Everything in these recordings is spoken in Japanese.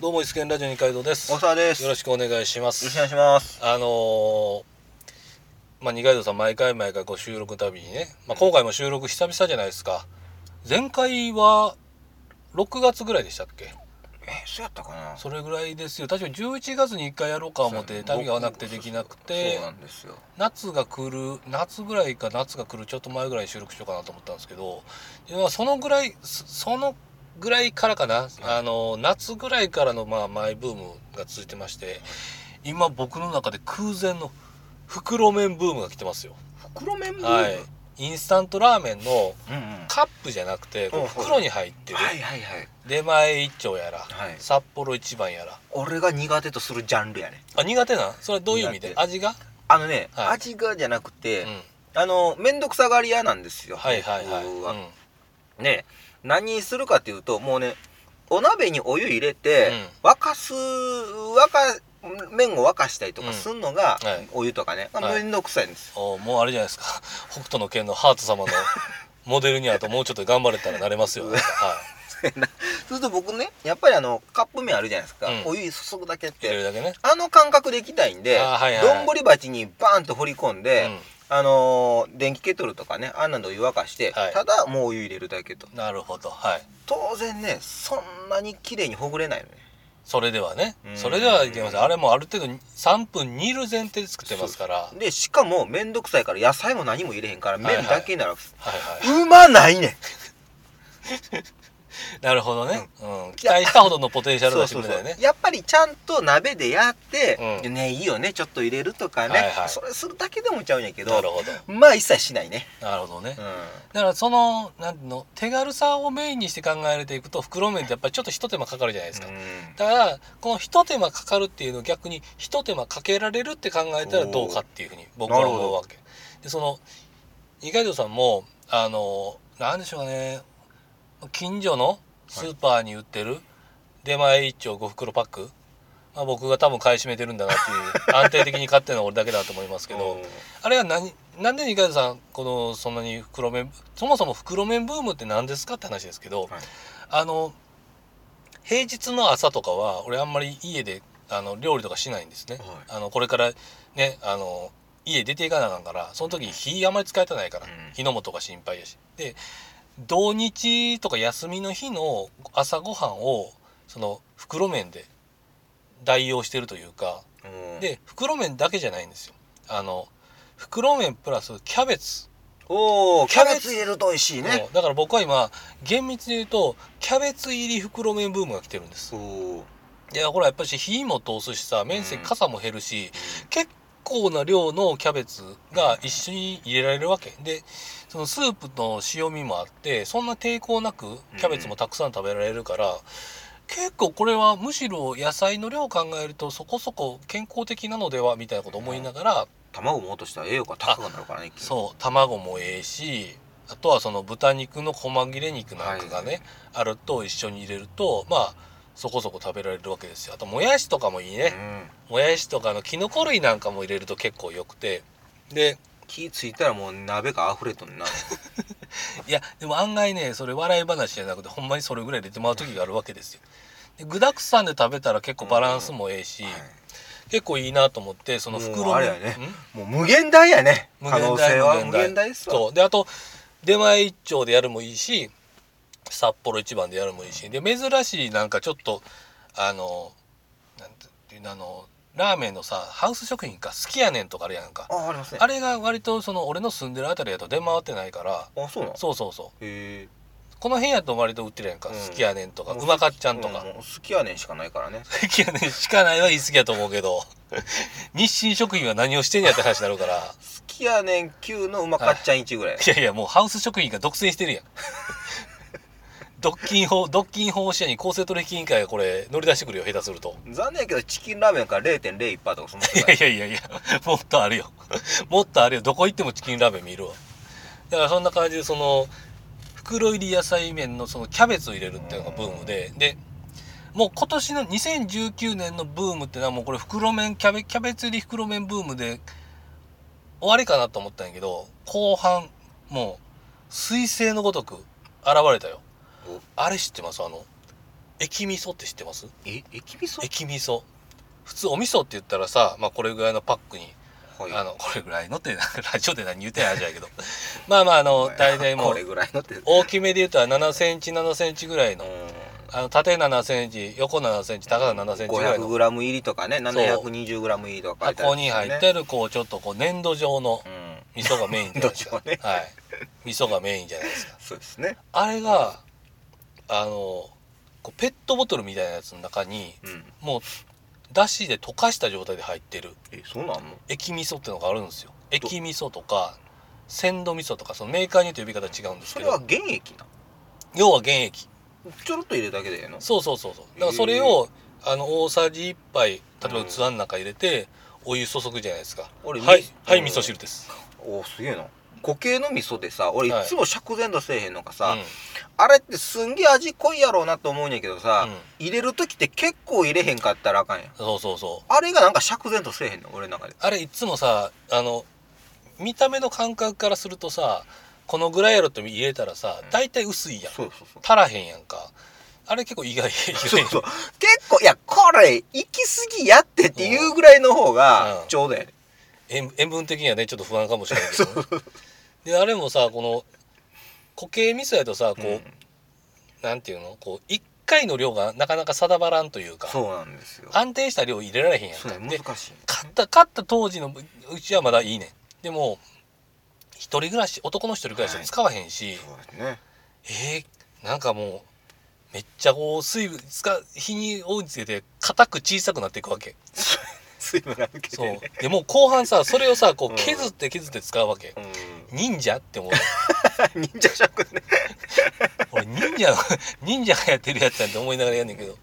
どうも、イスケンラジオ二階堂です。大よ沢です。ろししくお願いしまくおす。願いします。あのーまあ、二階堂さん、毎回毎回ご収録のたびにね、まあ、今回も収録久々じゃないですか。前回は、6月ぐらいでしたっけえ、そうやったかな。それぐらいですよ。確か11月に1回やろうか思って、タイミング合わなくてできなくてそう、なんですよ。夏が来る、夏ぐらいか夏が来るちょっと前ぐらいに収録しようかなと思ったんですけど、まあそのぐらい、そそのぐらいからかな、あの、夏ぐらいからのまあマイブームが続いてまして、今僕の中で空前の袋麺ブームが来てますよ。袋麺ブーム。はい。インスタントラーメンのうんうん。はカップじゃなくて、こう袋に入っている。はいはい。出前一丁やら、はい札幌一番やら。俺が苦手とするジャンルやね。あ、苦手なんそれはどういう意味で苦手味があのね、はい味がじゃなくうて、ん。あの面倒くさがり屋なんですよ。はいはいはい。僕うはん。ね、何するかっていうと、もうね、お鍋にお湯入れて、沸かす沸か麺を沸かしたりとかすんのが、うんはいお湯とかね、はい面倒くさいんですよ。おもうあれじゃないですか 北斗の拳のハート様のモデルにあともうちょっと頑張れたらなれます よ、はい、そうすると僕ね、やっぱりあのカップ麺あるじゃないですか。うんお湯注ぐだけっ入れてる。だけね、あの感覚で行きたいんで、あーはいはいはいどんぶり鉢にバーンと振り込んうで、んあのー電気ケトルとかね、あんなのお湯沸かして、はいただもうお湯入れるだけと。なるほどはい当然ね、そんなに綺麗にほぐれないのね。それではねうんそれではいけませんあれもある程度3分煮る前提で作ってますからで、しかもめんどくさいから野菜も何も入れへんから、はいはい麺だけになるわけです。はいはうまないねんいなるほどね、うん期待したほどのポテンシャルそのうしそうみそだようねやっぱりちゃんと鍋でやって、うんねいいよねちょっと入れるとかね、はいはいそれするだけでもちゃうんやけなどるほどまあ一切しないね、なるほどね、うん、だからそのなんていうの手軽さをメインにして考えられていくと袋麺ってやっぱりちょっとひと手間かかるじゃないですか、ただこのひと手間かかるっていうのを逆にひと手間かけられるって考えたらどうかっていうふうに僕は思うわけでその二階堂さんもあのなんでしょうかね近所のスーパーに売ってる出前一丁5袋パック、まあ、僕が多分買い占めてるんだなっていう安定的に買ってるのは俺だけだと思いますけど、あれは何なんで二階堂さんこのそんなに袋麺そもそも袋麺ブームって何ですかって話ですけど、はいあの平日の朝とかは俺あんまり家であの料理とかしないんですね、はあのこれからねあの家出ていかなあかんからその時に火あんまり使えてないから、うん火の元が心配やしで土日とか休みの日の朝ごはんをその袋麺で代用してるというかうんで袋麺だけじゃないんですよあの袋麺プラスキャベツおおキキャャベベツツ入れると美味しいねをだから僕は今厳密に言うとキャベツ入り袋麺ブームが来てるんですそういやほらやっぱし火も通すしさ面積うん傘も減るし、結構な量のキャベツが一緒に入れられるわけでそのスープの塩味もあってそんな抵抗なくキャベツもたくさん食べられるから、結構これはむしろ野菜の量を考えるとそこそこ健康的なのではみたいなこと思いながら、卵も落としたら栄養価高くなるからねうそう卵もええしあとはその豚肉の細切れ肉なんかがね、はいあると一緒に入れるとまあそこそこ食べられるわけですよあともやしとかもいいね、ん、もやしとかのキノコ類なんかも入れると結構よくてで気ついたらもう鍋が溢れとんないやでも案外ねそれ笑い話じゃなくてほんまにそれぐらい出てまう時があるわけですよで具だくさんで食べたら結構バランスもええし、結構いいなと思ってその袋ものうあれやねんもう無限大やね無可限能大性は無無限大限大っすわそうであと出前一丁でやるもいいし札幌一番でやるもいいしで珍しいなんかちょっとあのなんていうのあのラーメンのさハウス食品か好きやねんとかあるやんかあありますねあれが割とその俺の住んでるあたりだと出回ってないからあそうなのそうそうそうへえこの辺やと割と売ってるやんか、うん好きやねんとかうまかっちゃんとか、うもう好きやねんしかないからね好きやねんしかないは言い過ぎやと思うけど日清食品は何をしてんやって話になる から好きやねん9のうまかっちゃん1ぐらいいやいやもうハウス食品が独占してる やんドッキン法ドッキン法を視野に公正取引委員会がこれ乗り出してくるよ下手すると残念やけどチキンラーメンから0.01%とかそのい世や いや界いやいやもっとあるよ もっとあるよどこ行ってもチキンラーメン見るわだからそんな感じでその袋入り野菜麺のそのキャベツを入れるっていうのがブームででもう今年の2019年のブームってのはもうこれ袋麺キャベキャベツ入り袋麺ブームで終わりかなと思ったんやけど後半もう彗星のごとく現れたよおあれ知ってますあの駅味噌って知ってますえ駅味噌駅味噌普通お味噌って言ったらさ、まあ、これぐらいのパックに、はいあのこれぐらいのって なんかラジオで何言うてんやじゃけど まあまああの大体もこうれぐらいのって大きめで言うと7センチ7センチぐらいのうあの縦7センチ横7センチ高さ7センんチぐらいの 500g 入りとかねそう 720g 入りとか書いてあ箱るんでにすよ入ねってるこうちょっとこう粘土状のうん味噌がメインじゃないですか、粘土状はい味噌がメインじゃないですかそうですねあれがあのこうペットボトルみたいなやつの中にうんもうだしで溶かした状態で入ってるえそうなんの液味噌ってのがあるんですよ液味噌とか鮮度味噌とかそのメーカーによって呼び方違うんですそけれはど原液な要は原液のちょろっと入れるだけでええのそうそうそうそうだからそれをあの大さじ1杯例えば器の中入れてお湯注ぐじゃないですか俺はいみはいうん味噌汁ですおーすげえな固形の味噌でさ俺いはいつも釈然とせえへんのかさ、うんあれってすんげえ味濃いやろうなと思うんやけどさ、うん入れる時って結構入れへんかったらあかんやんそうそうそうあれがなんか釈然とせえへんの俺の中であれいつもさあの見た目の感覚からするとさこのぐらいやろって入れたらさうん大体薄いやんそうそうそう足らへんやんかあれ結構意外そうそう結構いやこれ行き過ぎやってっていうぐらいの方がうんちょうどやね、塩塩分的にはねちょっと不安かもしれない けど、ね、であれもさこの固形味噌やとさこう、うんなんていうのこう1回の量がなかなか定まらんというかそうなんですよ安定した量入れられへんやんそうかやで難しい買った買った当時のうちはまだいいねんでも一人暮らし男の一人暮らしは使わへんし、そうですねえー、なんかもうめっちゃこう水分使日に応じて硬く小さくなっていくわけ水分が抜けてそうねでもう後半さそれをさこううん削って削って使うわけう、ん忍者って思う忍者釈ね俺忍者 の忍者がやってるやつやんって思いながらやんねんけど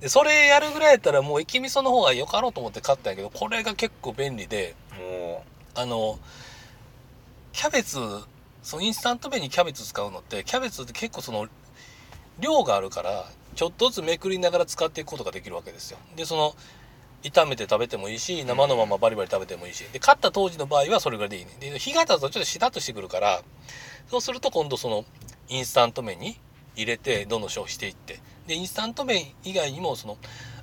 でそれやるぐらいやったらもう駅味噌の方がよかろうと思って買ったんやけどこれが結構便利で もあのキャベツそのインスタント麺にキャベツ使うのってキャベツって結構その量があるからちょっとずつめくりながら使っていくことができるわけですよでその炒めて食べてもいいし生のままバリバリ食べてもいいしで買った当時の場合はそれぐらいでいいねで日が経つとちょっとしなっとしてくるからそうすると今度そのインスタント麺に入れてどんどん消費していってでインスタント麺以外にもその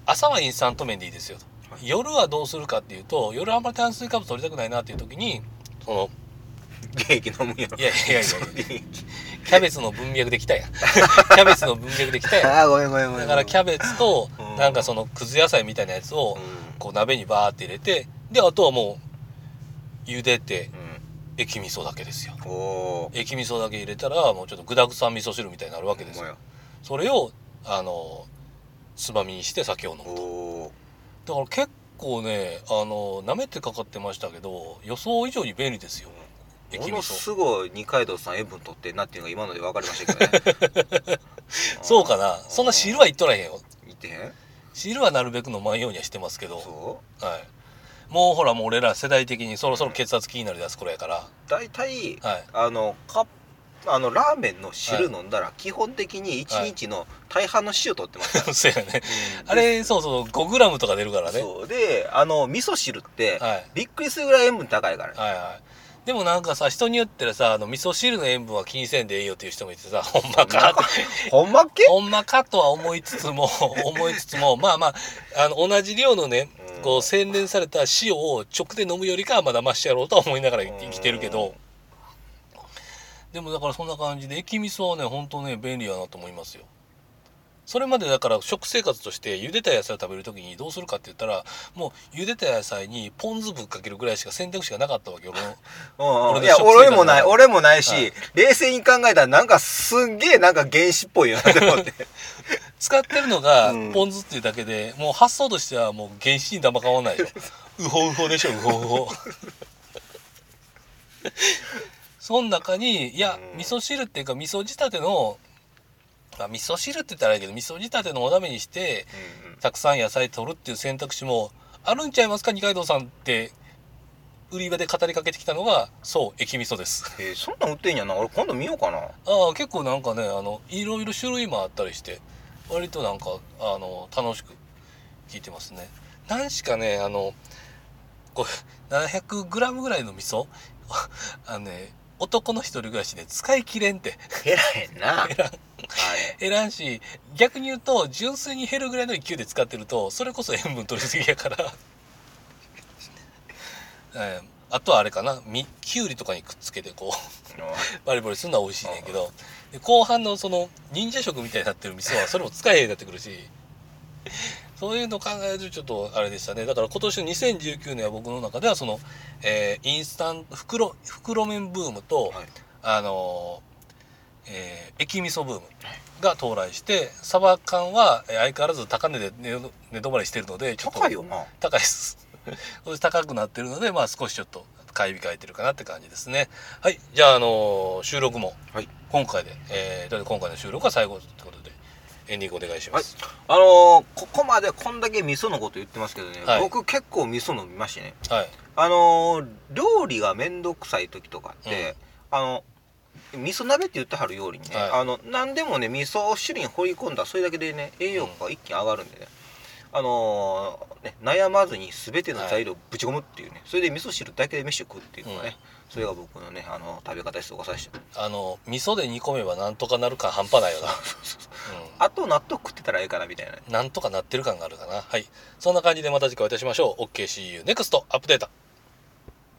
朝はインスタント麺でいいですよとはい夜はどうするかっていうと夜あんまり炭水化物取りたくないなっていう時にそのう現役飲むやろいやいやいやいやそう現役キャベツの文脈できたやん キャベツの文脈できたやんああごめんごめんごめんだからキャベツとうんなんかそのくず野菜みたいなやつをうんこう鍋にバーって入れてであとはもう茹でてう液味噌だけですよんおー液味噌だけ入れたらもうちょっと具だくさん味噌汁みたいになるわけですほんよまやそれをあのつまみにして酒を飲むとおーだから結構ねあの舐めてかかってましたけど予想以上に便利ですよも液味の噌すごい二階堂さん塩分取ってんなっていうのが今ので分かりましたけどね そうかなそんな汁はいいっとらへんよってへん汁はなるべく飲まんようにはしてますけどそうはい、もうほらもう俺ら世代的にそろそろ血圧気になりだす頃やから、大体はい、 あのカップあのラーメンの汁飲んだら基本的に一日の大半の汁取ってます、そうやねうんあれそうそう5グラムとか出るからねそうであの味噌汁ってはいびっくりするぐらい塩分高いからねはいはいでもなんかさ人によってはさあの味噌汁の塩分は気にせんでええよっていう人もいてさ ほんまかってほんまっけほんまかとは思いつつも 思いつつもまあまああの同じ量のねうんこう洗練された塩を直で飲むよりかはまだましやろうとは思いながら生きてるけどでもだからそんな感じで駅味噌はねほんとね便利やなと思いますよそれまでだから食生活として茹でた野菜を食べる時にどうするかって言ったらもう茹でた野菜にポン酢ぶっかけるぐらいしか選択肢がなかったわけよ俺のうん俺うん、のいや食生活俺もないだから俺もないし、はい冷静に考えたらなんかすんげえなんか原始っぽいなって思って使ってるのがうんポン酢っていうだけで、もう発想としてはもう原始人とあんま変わんない でしょウホウホでしょウホウホそん中にいやうん味噌汁っていうか味噌仕立ての、まあ、味噌汁って言ったらいいけど味噌仕立てのお鍋にしてうんうんたくさん野菜取るっていう選択肢もあるんちゃいますか二階堂さんって売り場で語りかけてきたのがそう駅味噌です えーそんなん売ってんやな俺今度見ようかなああ結構なんかねあのいろいろ種類もあったりして割となんかあの楽しく聞いてますね何しかね あのこう 700g ぐらいの味噌あのね男の一人暮らしで使い切れんって減らへんな。あ減らんれ減らんし逆に言うと純粋に減るぐらいの勢いで使ってるとそれこそ塩分取りすぎやから、 えーあとはあれかなみきゅうりとかにくっつけてこうバリバリするのは美味しいねんけどで後半のその忍者食みたいになってる味噌はそれも使えへんようになってくるしそういうのを考えるとちょっとあれでしたねだから今年の2019年は僕の中ではその、えーインスタント袋袋麺ブームと、はいあのーえー駅味噌ブームが到来してサバ缶はえー相変わらず高値で値ど値止まりしてるのでちょっと高いよな。高いです そして高くなってるのでまあ少しちょっと買い控えてるかなって感じですねはいじゃあ、あのー収録もはい。今回で、えーとりあえず今回の収録は最後ということでエンディングお願いしまはいす、。あのーここまでこんだけ味噌のこと言ってますけどね、はい僕結構味噌飲みましてね。はいあのー料理がめんどくさい時とかって、あの味噌鍋って言ってはるようにね、はいあの何でもね味噌汁に放り込んだらそれだけでね栄養価が一気に上がるんでね、あのーね悩まずに全ての材料ぶち込むっていうね、それで味噌汁だけで飯食うっていうのがね、それが僕のねあの食べ方ですおかさしてあの味噌で煮込めばなんとかなる感半端ないよな、う あと納豆食ってたらええかなみたいなねん、なんとかなってる感があるかなはいそんな感じでまた次回お会いいたしましょう OKCU NEXT アップデート